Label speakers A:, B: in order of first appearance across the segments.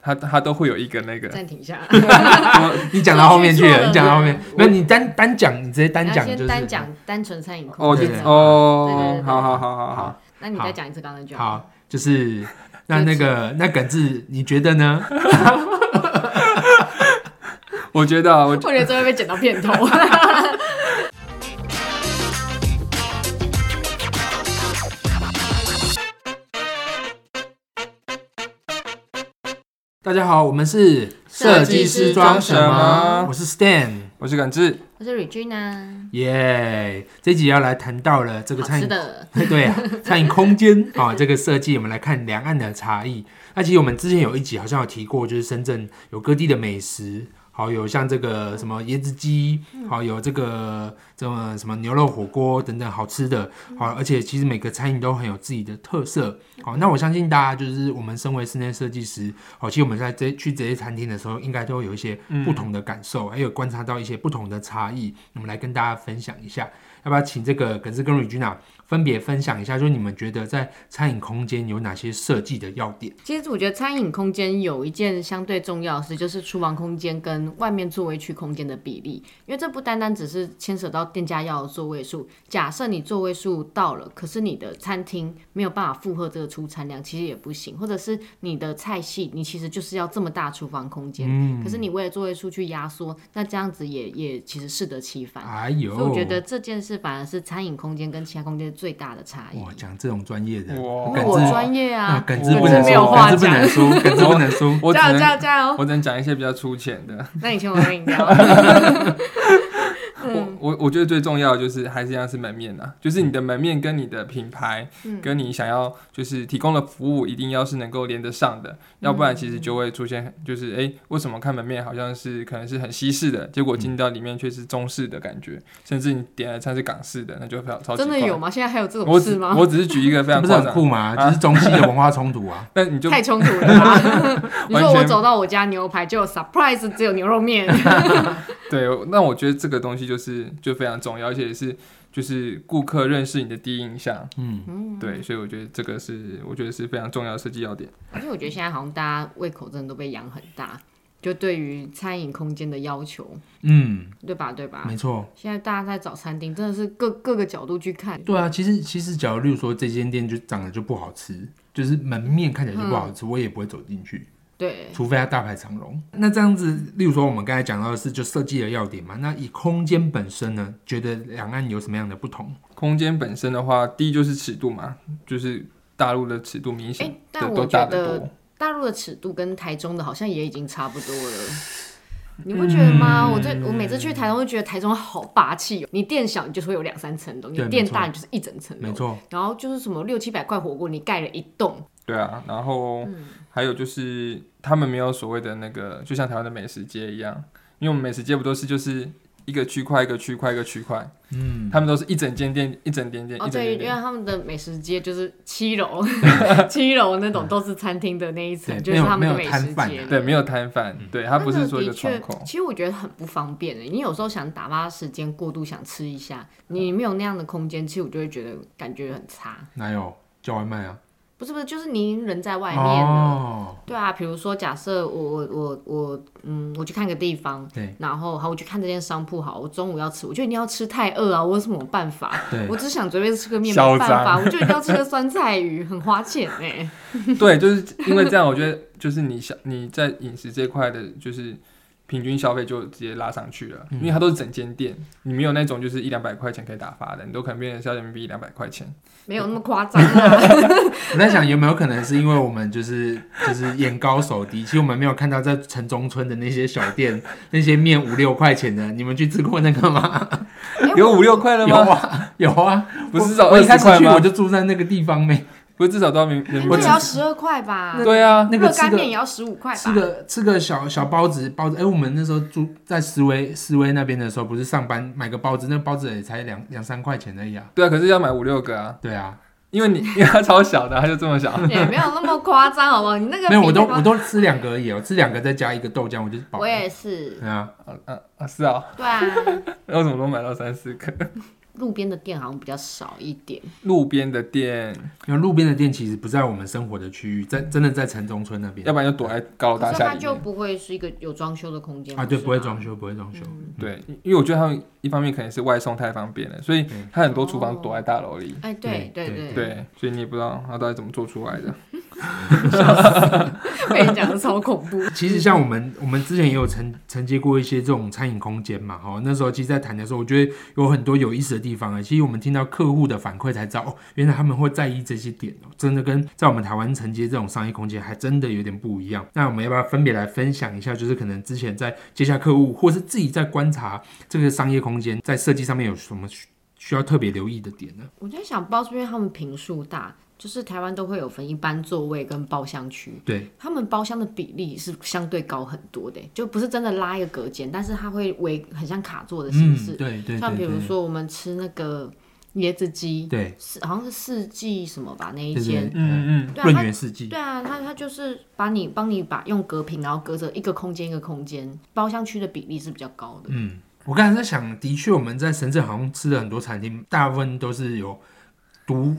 A: 它它都会有一个那个，
B: 暂停一 下，
C: 你讲到后面去
B: 我记错
C: 了，
B: 了
C: 你讲到后面，那你单单讲，你直接单
B: 然后
C: 讲就
B: 先
C: 是
B: 单讲单纯餐饮库
A: 哦
C: 对
A: 就
B: 这样对对对
A: 哦
B: 对，
A: 好好好好好，
B: 那你再讲一次刚才那句
C: 好，就是那那个那耿志，你觉得呢？
A: 我觉得啊我
B: 我觉得这会被剪到片 头。
C: 大家好，我们是
B: 设计师装
A: 什么
C: 我是 Stan，
A: 我是耿志，
B: 我是 Regina，
C: 耶！这集要来谈到了这个
B: 好
C: 餐
B: 吃
C: 饮，
B: 的
C: 对啊，餐饮空间啊、哦这个设计我们来看两岸的差异。那其实我们之前有一集好像有提过，就是深圳有各地的美食，好有像这个什么椰子鸡，好有这个这么什么牛肉火锅等等好吃的，好而且其实每个餐饮都很有自己的特色。好，那我相信大家就是我们身为室内设计师，好，其实我们在这去这些餐厅的时候，应该都会有一些不同的感受，还有观察到一些不同的差异，我们来跟大家分享一下。要不要请这个耿志跟 Regina 分别分享一下，就是你们觉得在餐饮空间有哪些设计的要点？
B: 其实我觉得餐饮空间有一件相对重要的事，就是厨房空间跟外面座位区空间的比例，因为这不单单只是牵扯到店家要的座位数。假设你座位数到了，可是你的餐厅没有办法负荷这个出餐量，其实也不行。或者是你的菜系，你其实就是要这么大厨房空间，
C: 嗯
B: 可是你为了座位数去压缩，那这样子也也其实适得其反。
C: 哎
B: 啊所以我
C: 呦，
B: 觉得这件事反而是餐饮空间跟其他空间最大的差异。
C: 哇，讲这种专业的，
A: 哇
B: 因为
C: 耿志
B: 我专业
C: 啊，
B: 啊，
C: 耿
A: 我。
C: 志不能
B: 没有
C: 输，
B: 话
C: 耿志不
B: 讲
C: 能输， 耿志不能输
A: 我只
B: 加油加
A: 能
B: 油加油！
A: 我只能讲一些比较粗浅的，
B: 那你请我喝 饮料。嗯
A: 我我我觉得最重要的就是还是一样是门面啊，就是你的门面跟你的品牌，
B: 嗯
A: 跟你想要就是提供的服务，一定要是能够连得上的，要不然其实就会出现就是哎、诶为什么看门面好像是可能是很西式的，结果进到里面却是中式的感觉，甚至你点的餐是港式的，那就非常超级
B: 真的
A: 怪
B: 有吗？现在还有这
A: 我
B: 种事
A: 只
B: 吗？
A: 我只是举一 个非
C: 这
A: 常
C: 不是
A: 夸
C: 很
A: 张，啊
C: 酷吗？就是中西的文化冲 突啊！
A: 但你就
B: 太冲突 了吧！ 你说
A: 完
B: 我
A: 全
B: 走到我家牛排，结果 surprise 只有牛 肉面，
A: 对，那我觉得这个东西就是就非常重要，而且是就是顾客认识你的第一印象，嗯，对，所以我觉得这个是我觉得是非常重要的设计要点。
B: 而且我觉得现在好像大家胃口真的都被养很大，就对于餐饮空间的要求，
C: 嗯，
B: 对吧？对吧？
C: 没错。
B: 现在大家在找餐厅，真的是各各个角度去看，
C: 对啊，其实其实，假如例如说这间店就长得就不好吃，就是门面看起来就不好吃，我也不会走进去。
B: 嗯对，
C: 除非它大排长龙。那这样子，例如说我们刚才讲到的是就设计的要点嘛，那以空间本身呢，觉得两岸有什么样的不同？
A: 空间本身的话，第一就是尺度嘛，就是大陆的尺度明显
B: 哎
A: 的
B: 但
A: 都
B: 我
A: 大
B: 觉
A: 得
B: 得
A: 多。
B: 大陆的尺度跟台中的好像也已经差不多了。你不觉得吗？
A: 嗯
B: 我最我每次去台中，都觉得台中好霸气哦。你店小，你就是会有两三层楼；你
C: 对
B: 店
C: 没错
B: 大，你就是一整层楼
C: 没。错，
B: 然后就是什么六七百块火锅，你盖了一栋，
A: 对啊，然后
B: 嗯
A: 还有就是他们没有所谓的那个，就像台湾的美食街一样，因为我们美食街不都是就是一个区块一个区块一个区块，嗯，他们都是一整间店一整间店
B: 哦
A: 一整
B: 对，
A: 间
B: 因为
A: 店，
B: 他们的美食街就是七楼，七楼那种都是餐厅的那一层，
C: 对
B: 就是他们的美食
C: 没有没
B: 街
C: 有摊贩啊。
A: 对，没有摊贩，对，它不
B: 那
A: 是
B: 个
A: 说一个
B: 的确
A: 窗口。
B: 其实我觉得很不方便的。你有时候想打发时间，过度想吃一下，你没有那样的空间，其实我就会觉得感觉很差。
C: 哪有叫外卖啊？
B: 不是不是，就是你人在外面了。
C: 哦，
B: 对啊，比如说，假设我我我我，嗯，我去看个地方，
C: 对
B: 然后好，我去看这间商铺，好，我中午要吃，我就一定要吃，太饿啊，我有什么办法？
C: 对
B: 我只想随便吃个面，
A: 嚣
B: 没
A: 张
B: 办法，我就一定要吃个酸菜鱼， 很花钱欸呢、
A: 对，就是因为这样，我觉得就是你消你在饮食这块的，就是平均消费就直接拉上去了，因为
C: 嗯
A: 它都是整间店，你没有那种就是一两百块钱可以打发的，你都可能变成消人民币一两百块钱。
B: 没有那么夸张啊。
C: 我在想有没有可能是因为我们就是就是眼高手低，其实我们没有看到在城中村的那些小店，那些面五六块钱的，你们去吃过那 个吗？
B: 哎
A: 有五六块了
C: 有
A: 吗？
C: 啊，有啊，
A: 不是至少
C: 我我
A: 二
C: 一开
A: 十
C: 始
A: 块
C: 去我
A: 吗？
C: 就住在那个地方没，
A: 不是至少都要人人
B: 哎
A: 民币
B: 那只
C: 只
B: 要十二块吧，
A: 对啊，
C: 那个
B: 热
C: 吃
B: 干
C: 个
B: 面也要十五块
C: 吃
B: 吧。
C: 个吃个小小包子，包子。哎、我们那时候住在思威思威那边的时候，不是上班买个包子，那包子也才两两三块钱而已啊。
A: 对啊，可是要买五六个啊，
C: 对啊，
A: 因为你因为它超小的啊，它就这么小。
B: 也没有那么夸张，好不好？你那个
C: 没有，我
B: 比
C: 都
B: 那
C: 我
B: 个
C: 都吃两个而已哦，吃两个再加一个豆浆，我就是饱
B: 我
C: 了。
B: 也是，
C: 对啊，
A: 嗯啊啊啊，是啊，
B: 对啊，
A: 那我怎么都买到三四个？
B: 路边的店好像比较少一点。
A: 路边的店，
C: 因为路边的店其实不在我们生活的区域，在真的在城中村那边
A: 要不然就躲在高楼
B: 可
A: 大
B: 是
A: 厦
B: 它
A: 里
B: 就
A: 面。
B: 不会是一个有装修的空间
C: 啊，嗯对，不会装
B: 修。
C: 修，不会装修。
A: 对，嗯因为我觉得他们一方面可能是外送太方便了，所以
C: 嗯
A: 他很多厨
B: 哦
A: 房躲在大楼里。
B: 哎，对
C: 对
B: 对对，
C: 对
A: 对，所以你也不知道他到底怎么做出来的。
B: 被你讲 的超恐怖。
C: 其实像我们，我们之前也有承承接过一些这种餐饮空间嘛，哈，那时候其实，在谈的时候，我觉得有很多有意思的地方啊。其实我们听到客户的反馈才知道，哦，原来他们会在意这些点哦，真的跟在我们台湾承接这种商业空间还真的有点不一样。那我们要不要分别来分享一下？就是可能之前在接下客户，或是自己在观察这个商业空间在设计上面有什么需需要特别留意的点呢？
B: 我在想，不知道是不是因为他们平数大，就是台湾都会有分一般座位跟包厢区，
C: 对，
B: 他们包厢的比例是相对高很多的，就不是真的拉一个隔间，但是它会围很像卡座的形
C: 嗯，
B: 式。
C: 对对对，
B: 像比如
C: 对
B: 说我们吃那个椰子鸡，
C: 对，
B: 是好像是四季什么吧那一
C: 对对
B: 间，
A: 嗯嗯，
B: 对啊
C: 论
B: 它
C: 元世纪，
B: 对啊，他他就是把你帮你把用隔屏，然后隔着一个空间一个空间，包厢区的比例是比较高的。
C: 嗯，我刚才在想，的确我们在深圳好像吃的很多餐厅，大部分都是有独，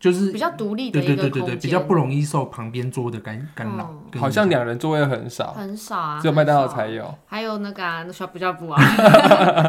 C: 就是
B: 比较独立的
C: 对
B: 一
C: 对
B: 个空
C: 对
B: 间，
C: 对对，比较不容易受旁边桌的干干扰
B: 哦。
A: 嗯
C: 跟
A: 好像
C: 影响
A: 两人座位很少，
B: 很少啊，
A: 只有麦当劳
B: 很少
A: 才有。
B: 还有那个啊，那小不叫 不啊，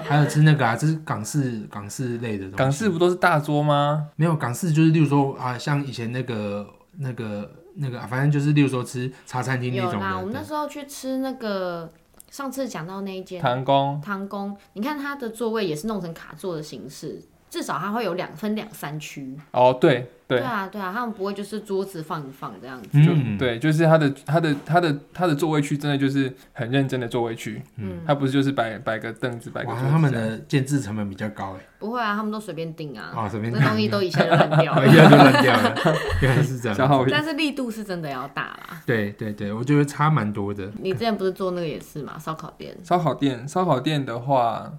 C: 还有吃那个啊，这是港式港式类的东西。
A: 港式不都是大桌吗？
C: 没有港式，就是例如说啊，像以前那个那个那个、啊，反正就是例如说吃茶餐厅那
B: 有
C: 种
B: 啦。我们
C: 的
B: 那时候去吃那个，上次讲到那一间
A: 唐宫
B: 唐宫，你看它的座位也是弄成卡座的形式，至少它会有两分两三区。
A: 哦，对对，
B: 啊，对啊，他们不会就是桌子放一放这样子。
C: 对，
A: 就
C: 嗯，
A: 对，就是他的他的他的他的座位区真的就是很认真的座位区，
B: 嗯，
A: 他不是就是摆摆个凳子摆个
C: 哇，
A: 桌子啊
C: 他们
A: 这样
C: 的建制成本比较高哎，
B: 不会啊，他们都随便定啊，
C: 啊，随便
B: 那东西都一下就 烂掉
C: 啊
B: 了
C: 一。下就乱掉了，原来是这
A: 消
C: 样。
A: 耗品
B: 但是力度是真的要大啦。
C: 对对对，我觉得差蛮多的。
B: 你之前不是做那个也是嘛，烧烤店。
A: 烧烤店，烧烤店的话，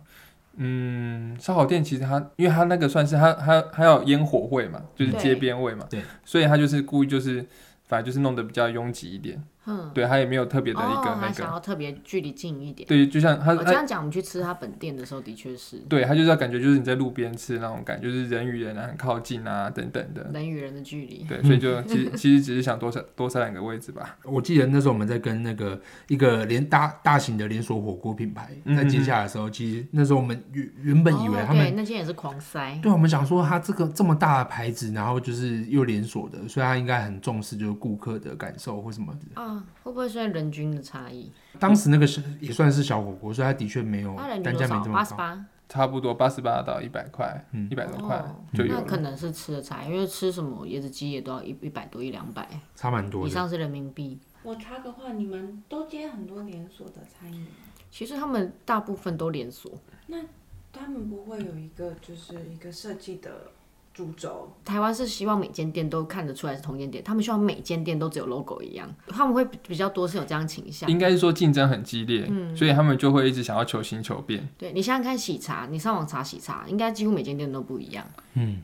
A: 嗯，烧烤店其实它，因为它那个算是它它它有烟火会嘛，就是
B: 对
A: 街边位嘛，
C: 对，
A: 所以它就是故意就是反正就是弄得比较拥挤一点，
B: 嗯，
A: 对，它也没有特别的一个
B: 哦，
A: 那
B: 他想
A: 个，
B: 要特别距离近一点。
A: 对，就像它
B: 我这
A: 它。
B: 样讲，我们去吃他本店的时候，的确是
A: 对，它就是要感觉就是你在路边吃那种感觉，就是人与人啊很靠近啊等等的，
B: 人与人的距离。
A: 对，所以就其实其实只是想多塞多塞两个位置吧。
C: 我记得那时候我们在跟那个一个连大大型的连锁火锅品牌
A: 嗯
C: 在接洽的时候，其实那时候我们原原本以为
B: 哦、
C: 他
B: 对
C: 们、
B: 那间也是狂塞，
C: 对我们想说他这个这么大的牌子，然后就是又连锁的，所以他应该很重视就是顾客的感受或什么的。
B: 啊，会不会是因为人均的差异？
C: 当时那个是也算是小火锅，所以它的确没有
B: 他人均
C: 哦单
B: 多
C: 价
B: 少
C: 没？这
B: 八
C: 么
B: 十
C: 高。
B: 八，
A: 差不多八十八到一百块
C: 嗯，
A: 一百多块
B: 哦
A: 就有
B: 那可
A: 了。
B: 能是吃的差异，因为吃什么椰子鸡也都要一一百多一两百，
C: 差蛮多
B: 以
C: 的。
B: 上是人民币。
D: 我插个话，你们都接很多连锁的餐饮，
B: 其实他们大部分都连锁，
D: 他们不会有一个就是一个设计的主轴，
B: 台湾是希望每间店都看得出来是同间店，他们希望每间店都只有 logo 一样，他们会比比较多是有这样倾向。
A: 应该是说竞争很激烈，
B: 嗯
A: 所以他们就会一直想要求新求变。
B: 对你想想看，喜茶，你上网查喜茶，应该几乎每间店都不一样。
C: 嗯，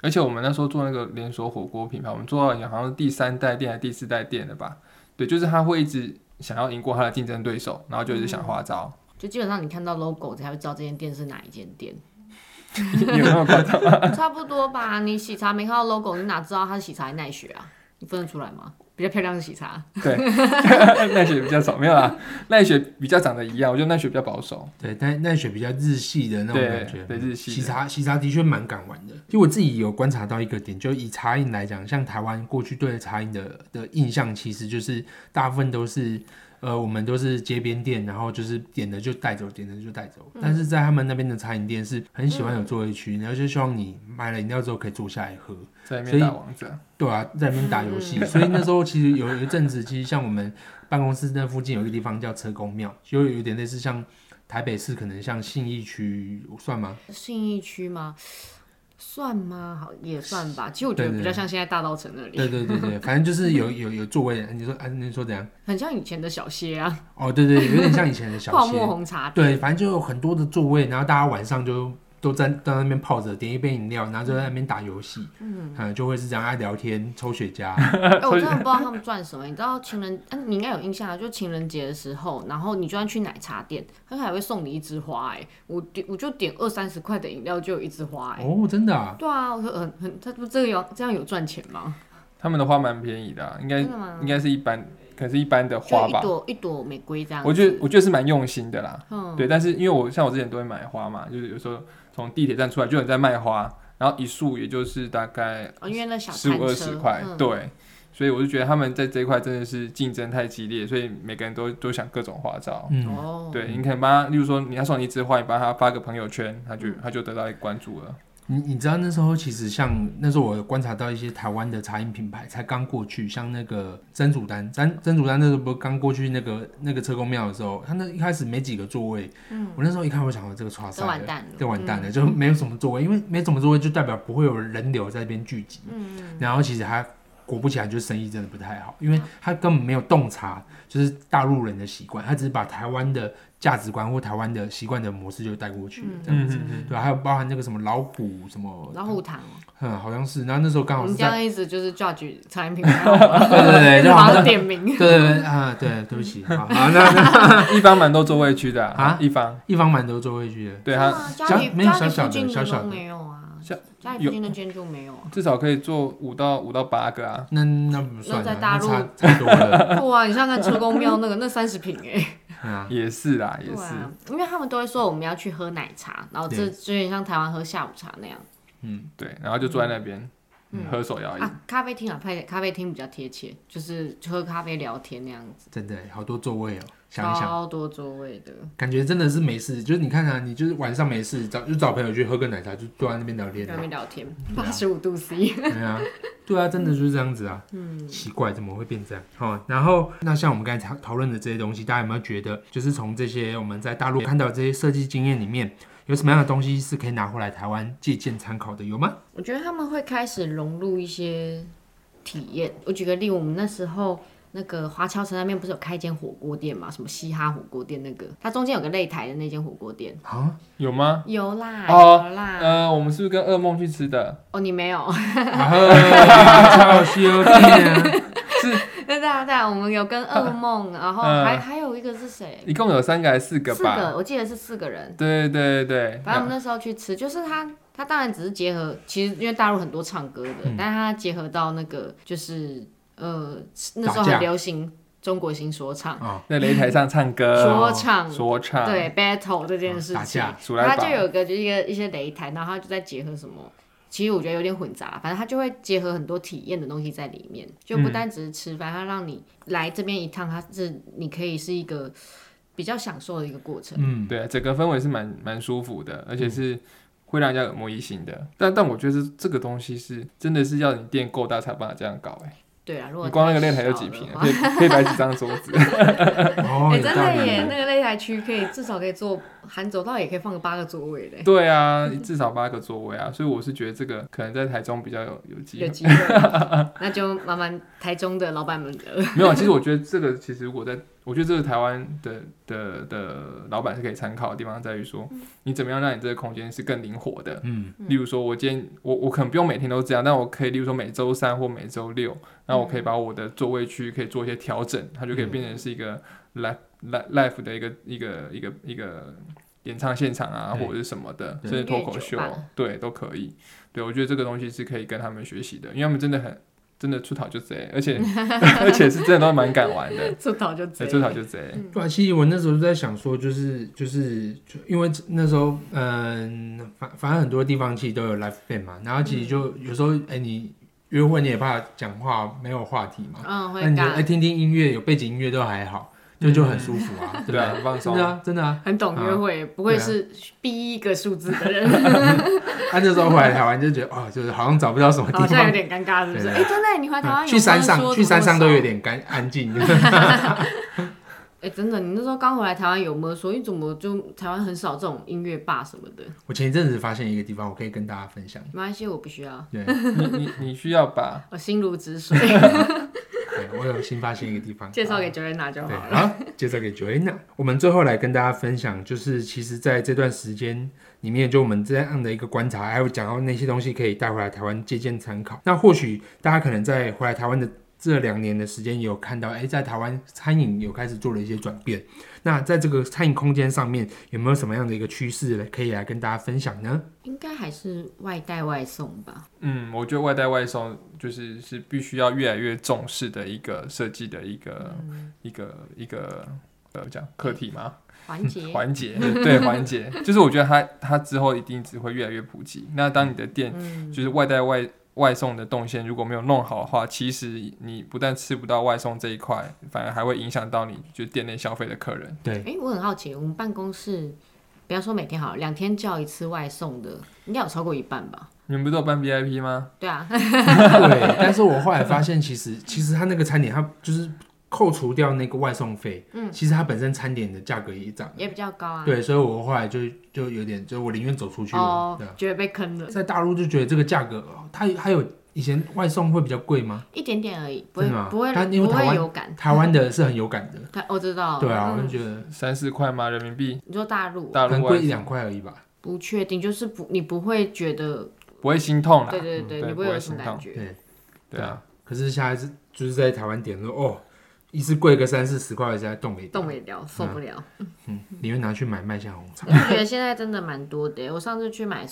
A: 而且我们那时候做那个连锁火锅品牌，我们做到好像是第三代店还是第四代店了吧？对，就是他会一直想要赢过他的竞争对手，然后就一直想花招，
B: 就基本上你看到 logo 才会知道这间店是哪一间 店，
A: 嗯有没有夸张？
B: 差不多吧。你喜茶没看到 logo，你哪知道它是喜茶还是奈雪啊？你分得出来吗？比较漂亮的喜茶，
A: 对，奈雪比较少，没有啦，奈雪比较长得一样，我觉得奈雪比较保守。
C: 对，但奈雪比较日系的那种
A: 对
C: 感觉，
A: 对日系的
C: 喜茶喜茶的确蛮敢玩的。就我自己有观察到一个点，就以茶饮来讲，像台湾过去对茶饮的的印象，其实就是大部分都是。呃，我们都是街边店，然后就是点了就带走，点了就带
A: 嗯
C: 走。但是在他们那边的茶饮店是很喜欢有座位区，然后就希望你买了饮料之后可以坐下来喝。
A: 在里
C: 所
A: 面
C: 以
A: 打王者，
C: 对啊，在那边打游
B: 嗯
C: 戏，所以那时候其实有有一阵子，其实像我们办公室那附近有一个地方叫车公庙，就有点类似像台北市，可能像信义区算吗？
B: 信义区吗？算吗？好，也算吧。其实我觉得
C: 对对
B: 比较像现在大稻城那里，
C: 对对 对对，反正就是有有有座位。你说啊，你说怎样？
B: 很像以前的小歇啊，
C: 哦，对对，有点像以前的小
B: 泡沫
C: 歇。
B: 红茶店。
C: 对，反正就有很多的座位，然后大家晚上就都在到那边泡着，点一杯饮料，然后就在那边打游戏，嗯，就会是这样爱聊天、抽雪茄，
B: 哎、我真的不知道他们赚什么。你知道情人，哎、你应该有印象啊，就情人节的时候，然后你就算去奶茶店，他还会送你一枝花、哎，我点我就点二三十块的饮料就有一枝花、哎、
C: 哦，真的啊，
B: 对啊，我说很很，他不这个有这样有赚钱吗？
A: 他们的花蛮便宜的啊、应该
B: 真的吗
A: 应该是一般，可能是一般的
B: 就
A: 花
B: 一
A: 吧。
B: 朵一朵玫瑰这样子。
A: 我觉得我觉得是蛮用心的啦，
B: 嗯
A: 对。但是因为我像我之前都会买花嘛，就是有时候从地铁站出来就有人在卖花，然后一束也就是大概
B: 哦，因为那小
A: 十五
B: 摊
A: 二
B: 车
A: 十块，
B: 嗯
A: 对。所以我就觉得他们在这一块真的是竞争太激烈，所以每个人都都想各种花招。
C: 嗯，
B: 哦，
A: 对，你可能帮他，例如说你要送你一枝花，你帮他发个朋友圈，他
B: 嗯
A: 就他就得到一个关注了。
C: 你你知道那时候其实像那时候我观察到一些台湾的茶饮品牌才刚过去，像那个真祖丹，真真祖丹那时候不是刚过去那个那个车公庙的时候，他那一开始没几个座位，嗯，我那时候一看我想到这个刷
B: 这
C: 塞
B: 完
C: 了。嗯
B: 蛋了，
C: 就完蛋了，就没有什么座位，因为没什么座位就代表不会有人流在那边聚集。嗯，然后其实他果不其然，就生意真的不太好，因为他根本没有洞察就是大陆人的习惯，他只是把台湾的价值观或台湾的习惯的模式就带过去了这样子。
A: 嗯嗯
C: 对，还有包含那个什么老虎什么，
B: 然后糖，
C: 嗯，好像是。然后那时候刚
B: 我
C: 好是
B: 们这
C: 在，
B: 样一直就是 judge 产品，对
C: 对对对， 就好
B: 把
C: 像
B: 它
C: 在。
B: 点名。
C: 对对对啊，对，对不起 啊，好那那
A: 一方蛮多座位区的
C: 啊
A: 一方
C: 一方蛮多座位去的，
A: 对他
B: 啊
C: 小
B: 家里
C: 没有
B: 家里
C: 小小
B: 附
C: 的
B: 近
C: 小小
B: 都
C: 的
B: 没有啊
A: 小，
B: 家里附近的建筑没有啊。
A: 至少可以坐五到五到八个啊。
C: 那那不算
B: 在
C: 了，
B: 大
C: 那
B: 陆
C: 差差多了，
B: 啊哇，你像看车公庙那个那三十平 哎，
C: 嗯啊，
A: 也是啦，也
B: 对
A: 是。
B: 啊，因为他们都会说我们要去喝奶茶，然后这
C: 对
B: 就有点像台湾喝下午茶那样
A: 对，然后就坐在那边、喝手
C: 哎
A: 摇椅。
B: 啊。咖啡厅啊，派咖啡厅比较贴切，就是喝咖啡聊天那样子，
C: 真的好多座位哦，想一想。
B: 超多座位的。
C: 感觉真的是没事，就是你看啊，你就是晚上没事，找就找朋友去喝个奶茶，就坐在那边聊天
B: 在那
C: 啊，
B: 边聊天，八十五度 C，
C: 对啊，对啊，真的就是这样子啊，嗯，奇怪怎么会变这样？好、然后那像我们刚才讨讨论的这些东西，大家有没有觉得，就是从这些我们在大陆看到的这些设计经验里面，有什么样的东西是可以拿回来台湾借鉴参考的，有吗？
B: 我觉得他们会开始融入一些体验。我举个例，我们那时候那个华侨城那边不是有开一间火锅店嘛？什么嘻哈火锅店那个，它中间有个擂台的那间火锅店，
C: 啊，
A: 有吗？
B: 有啦，
A: 哦
B: 有啦。
A: 呃，我们是不是跟噩梦去吃的？
B: 哦，你没有？
C: 然后啊超西游记啊，
B: 对对啊对啊，我们有跟噩梦，然后
A: 嗯
B: 还还有一个是谁？
A: 一共有三个还是四个
B: 四
A: 吧？
B: 个，我记得是四个人。
A: 对对对
B: 反正
A: 对，
B: 我们那时候去吃，就是它，它当然只是结合，其实因为大陆很多唱歌的，
A: 嗯
B: 但是它结合到那个就是呃那时候
C: 打架
B: 很流行中国新说唱，
A: 在擂台上唱歌，
B: 说唱
A: 说唱，哦
B: 对 battle 这件事
C: 打
B: 情，
C: 架
A: 数
B: 啊
A: 来
B: 它就
A: 宝，
B: 有个就是一个一些擂台，然后它就在结合什么。其实我觉得有点混杂啦，反正它就会结合很多体验的东西在里面，就不单只是吃饭，它让你来这边一趟，它是你可以是一个比较享受的一个过程。
C: 嗯，
A: 对，整个氛围是蛮蛮舒服的，
B: 嗯
A: 而且是会让人家耳目一新的。但但我觉得是这个东西是真的是要你店够大才有办法这样搞，哎，
B: 对啦，如果
A: 你光那个擂
B: 太
A: 台就
B: 小
A: 几
B: 的
A: 平，
B: 话
A: 可以可以摆几张 桌子，
C: 哦，
B: 哎、
C: 有
B: 真
C: 道
B: 的
C: 理
B: 耶，那个擂台区可以至少可以坐，含走道也可以放个八个座位 嘞，
A: 对啊，至少八个座位啊，所以我是觉得这个可能在台中比较有有机
B: 有
A: 会。
B: 机会，那就麻烦台中的老板们了。
A: 没有，啊其实我觉得这个其实如果在，我觉得这个台湾的的的老板是可以参考的地方在于说，
B: 嗯
A: 你怎么样让你这个空间是更灵活的。
C: 嗯，
A: 例如说，我今天我我可能不用每天都这样，但我可以，例如说每周三或每周六，那我可以把我的座位区可以做一些调整，它就可以变成是一个
C: 嗯
A: live live live 的一个一个一个一个演唱现场啊，
C: 对
A: 或者是什么的，
C: 对
A: 甚至脱口秀
B: 音乐酒吧，
A: 对，都可以。对，我觉得这个东西是可以跟他们学习的，因为他们真的很真的出逃就贼，而 且而且是真的都蛮敢玩的，
B: 出逃就
A: 对，
B: 贼，
A: 出逃就贼。
C: 对啊，其实我那时候在想说、就是，就是就因为那时候，嗯，反反正很多地方其实都有 live band 嘛，然后其实就
B: 嗯
C: 有时候，哎、你约会你也怕讲话没有话题嘛，
B: 嗯，会
C: 那你就哎、
B: 尬，
C: 听听音乐，有背景音乐都还好，就就很舒服
B: 嗯
C: 啊，
A: 对
C: 对
A: 啊，
C: 吧？
A: 很放
C: 真
A: 松
C: 的。啊，真的啊，
B: 很懂约会，不会
C: 对啊
B: 是第一个数字的 人，
C: 啊，那时候回来台湾就觉得，哦，就是好像找不到什么地
B: 好
C: 方，
B: 像有点尴尬，是不是？
C: 对
B: 哎、
C: 对对
B: 真的，你回台湾
C: 嗯去山上，去山上都有
B: 点。
C: 点干安静，
B: 哎、真的，你那时候刚回来台湾有没有说，你怎么就台湾很少这种音乐吧什么的？
C: 我前一阵子发现一个地方，我可以跟大家分享，嗯
B: 没关系，我不需要，
C: 对，
A: 你你你需要把
B: 我心如止水。
C: 对我有新发现一个地方，
B: 介绍给 Joanna 就好
C: 对，
B: 了。
C: 好，介绍给 Joanna。我们最后来跟大家分享，就是其实在这段时间里面，就我们这样的一个观察，还有讲到那些东西可以带回来台湾借鉴参考。那或许大家可能在回来台湾的这两年的时间，也有看到，哎、在台湾餐饮有开始做了一些转变。那在这个餐饮空间上面，有没有什么样的一个趋势来可以来跟大家分享呢？
B: 应该还是外带外送吧。
A: 嗯，我觉得外带外送就是是必须要越来越重视的一个设计的一个、一个一个呃讲课题吗？
B: 环节
A: 环节 对环节，就是我觉得它它之后一定只会越来越普及。那当你的店就是外带外外送的动线如果没有弄好的话，其实你不但吃不到外送这一块，反而还会影响到你就店内消费的客人。
C: 对，
B: 哎、我很好奇，我们办公室，不要说每天好了，两天叫一次外送的，应该有超过一半吧？
A: 你们不是有办 VIP 吗？
B: 对啊，
C: 对，但是我后来发现，其实其实它那个餐点，它就是扣除掉那个外送费，嗯，其实它本身餐点的价格也涨了。
B: 也比较高啊。
C: 对，所以我后来就就有点，就我宁愿走出去了。
B: 哦
C: 对啊，
B: 觉得被坑了
C: 在大陆就觉得这个价格，哦它还有以前外送会比较贵吗？
B: 一点点而已，不会
C: 真的吗
B: 不会
C: 但因为
B: 不
C: 台湾
B: 会有感。
C: 台湾的是很有感的，
B: 他我知道，
C: 对啊，我就觉得
A: 三四块吗？人民币？
B: 你说大陆
A: 大
C: 可能
A: 陆
C: 贵
A: 外
C: 一两块而已吧。
B: 不确定，就是不你不会觉得，
A: 不会心痛啦。
B: 对对
C: 嗯
B: 对，
A: 对
B: 你
A: 不
B: 会有
A: 会
B: 什
A: 心
B: 么感
A: 痛
B: 觉？
C: 对
A: 对啊。，
C: 可是下一次就是在台湾点说，哦，一次贵个三四十块，现在冻没
B: 动不了，受不了。
C: 嗯，宁愿拿去买麦香红茶。
B: 我觉 得现在真的蛮多的耶。我上次去买，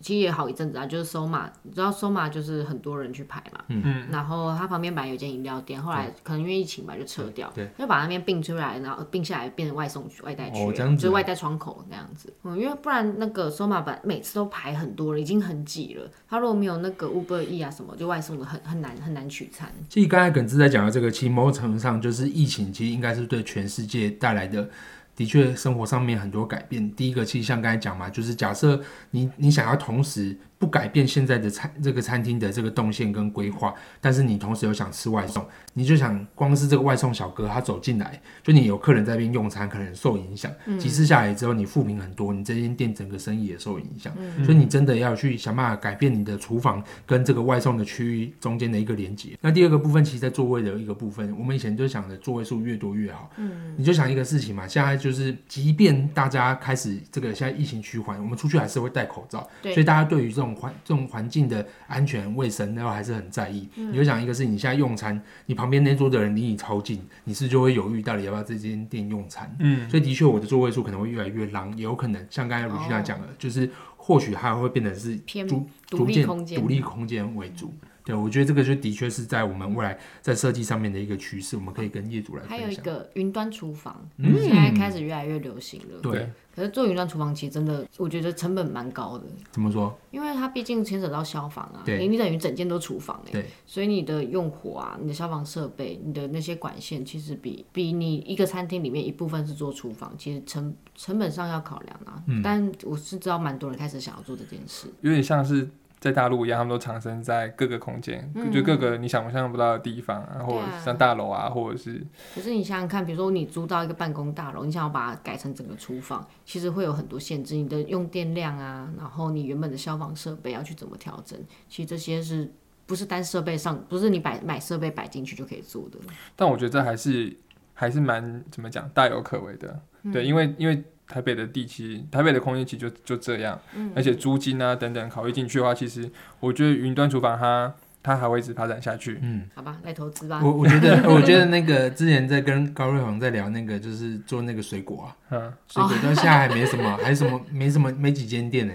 B: 其实也好一阵子啊，就是收马，你知道收马就是很多人去排嘛，嗯，然后它旁边本来有间饮料店，后来可能因为疫情吧就撤掉，
C: 对，
B: 就把那边并出来，然后并下来变成外送区、外带区，
C: 哦这样子
B: 就是外带窗口那样子。嗯，因为不然那个收马本来每次都排很多了，已经很挤了。他如果没有那个 Uber E 啊什么，就外送的很很难很难取餐。
C: 其实刚才耿志在讲到这个，其实某种程度上就是疫情，其实应该是对全世界带来的，的确生活上面很多改变。第一个，其实像刚才讲嘛，就是假设你你想要同时不改变现在的餐这个餐厅的这个动线跟规划，但是你同时又想吃外送，你就想光是这个外送小哥他走进来，就你有客人在那边用餐，可能受影响。几次下来之后，你负评很多，你这间店整个生意也受影响。所以你真的要去想办法改变你的厨房跟这个外送的区域中间的一个连接。那第二个部分，其实在座位的一个部分，我们以前就想着座位数越多越好。嗯，你就想一个事情嘛，现在就是，即便大家开始这个现在疫情趋缓，我们出去还是会戴口罩，
B: 对
C: 所以大家对于这种环这种环境的安全卫生，然后还是很在意。你就想一个事情，你现在用餐，你旁边那桌的人离你超近，你是不是就会犹豫到底要不要这间店用餐。
A: 嗯，
C: 所以的确，我的座位数可能会越来越狼，也有可能像刚才鲁迅娜讲的，就是或许它会变成是
B: 偏
C: 逐
B: 独
C: 逐
B: 立
C: 渐
B: 空间
C: 独立空间为主。对，我觉得这个就的确是在我们未来在设计上面的一个趋势，我们可以跟业主来
B: 还有
C: 分
B: 一
C: 享。
B: 个云端厨房，
C: 嗯
B: 现在开始越来越流行了。
C: 对，
B: 可是做云端厨房其实真的，我觉得成本蛮高的，
C: 怎么说？
B: 因为它毕竟牵扯到消防啊，
C: 对
B: 你你等于整间都厨房哎、
C: 对
B: 所以你的用火啊、你的消防设备、你的那些管线，其实比比你一个餐厅里面一部分是做厨房，其实成成本上要考量啊。
C: 嗯
B: 但我是知道蛮多人开始想要做这件事，
A: 有点像是在大陆一样，他们都藏身在各个空间，就各个你想象不到的地方啊，或者像大楼啊，或者是
B: 可是你想想看，比如说你租到一个办公大楼，你想要把它改成整个厨房，其实会有很多限制，你的用电量啊，然后你原本的消防设备要去怎么调整，其实这些是不是单设备上，不是你摆买设备摆进去就可以做的？
A: 但我觉得这还是还是蛮怎么讲，大有可为的。对，因为因为台北的地区，台北的空间其实就就这样，而且租金啊等等考虑进去的话，其实我觉得云端厨房它它还会一直发展下去。
C: 嗯，
B: 好吧，来投资吧。
C: 我我 觉得我觉得那个之前在跟高瑞宏在聊那个，就是做那个水果啊，
A: 嗯，
C: 水
B: 哦
C: 果到现在还没什么，还什么没什么没几间店呢、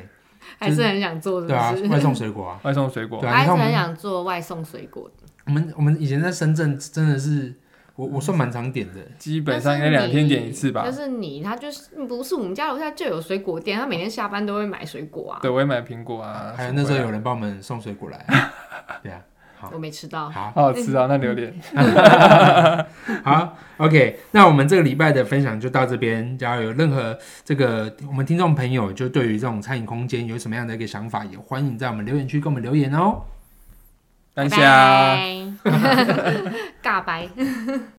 B: 还是很想 做，是
C: 对啊
B: 不，是？
C: 外送水果啊，
A: 外送水果
C: 对，啊，
B: 还
C: 你
B: 是
C: 看我
B: 很
C: 们
B: 想做外送水果。
C: 我们我们以前在深圳真的是，我我算蛮常点的，
A: 基本上应该两天点一次吧
B: 但。是你，他就是不是我们家楼下就有水果店，他每天下班都会买水果啊。
A: 对，我也买苹果啊，
C: 还有那时候
A: 什么
C: 有人帮我们送水果来啊，对啊，好
B: 我没吃到，
A: 的
C: 好
A: 好好吃啊，那榴莲。
C: 好，OK，那我们这个礼拜的分享就到这边。只要有任何这个我们听众朋友就对于这种餐饮空间有什么样的一个想法，也欢迎在我们留言区跟我们留言哦。
A: 感谢啊。
B: 拜拜，尬白。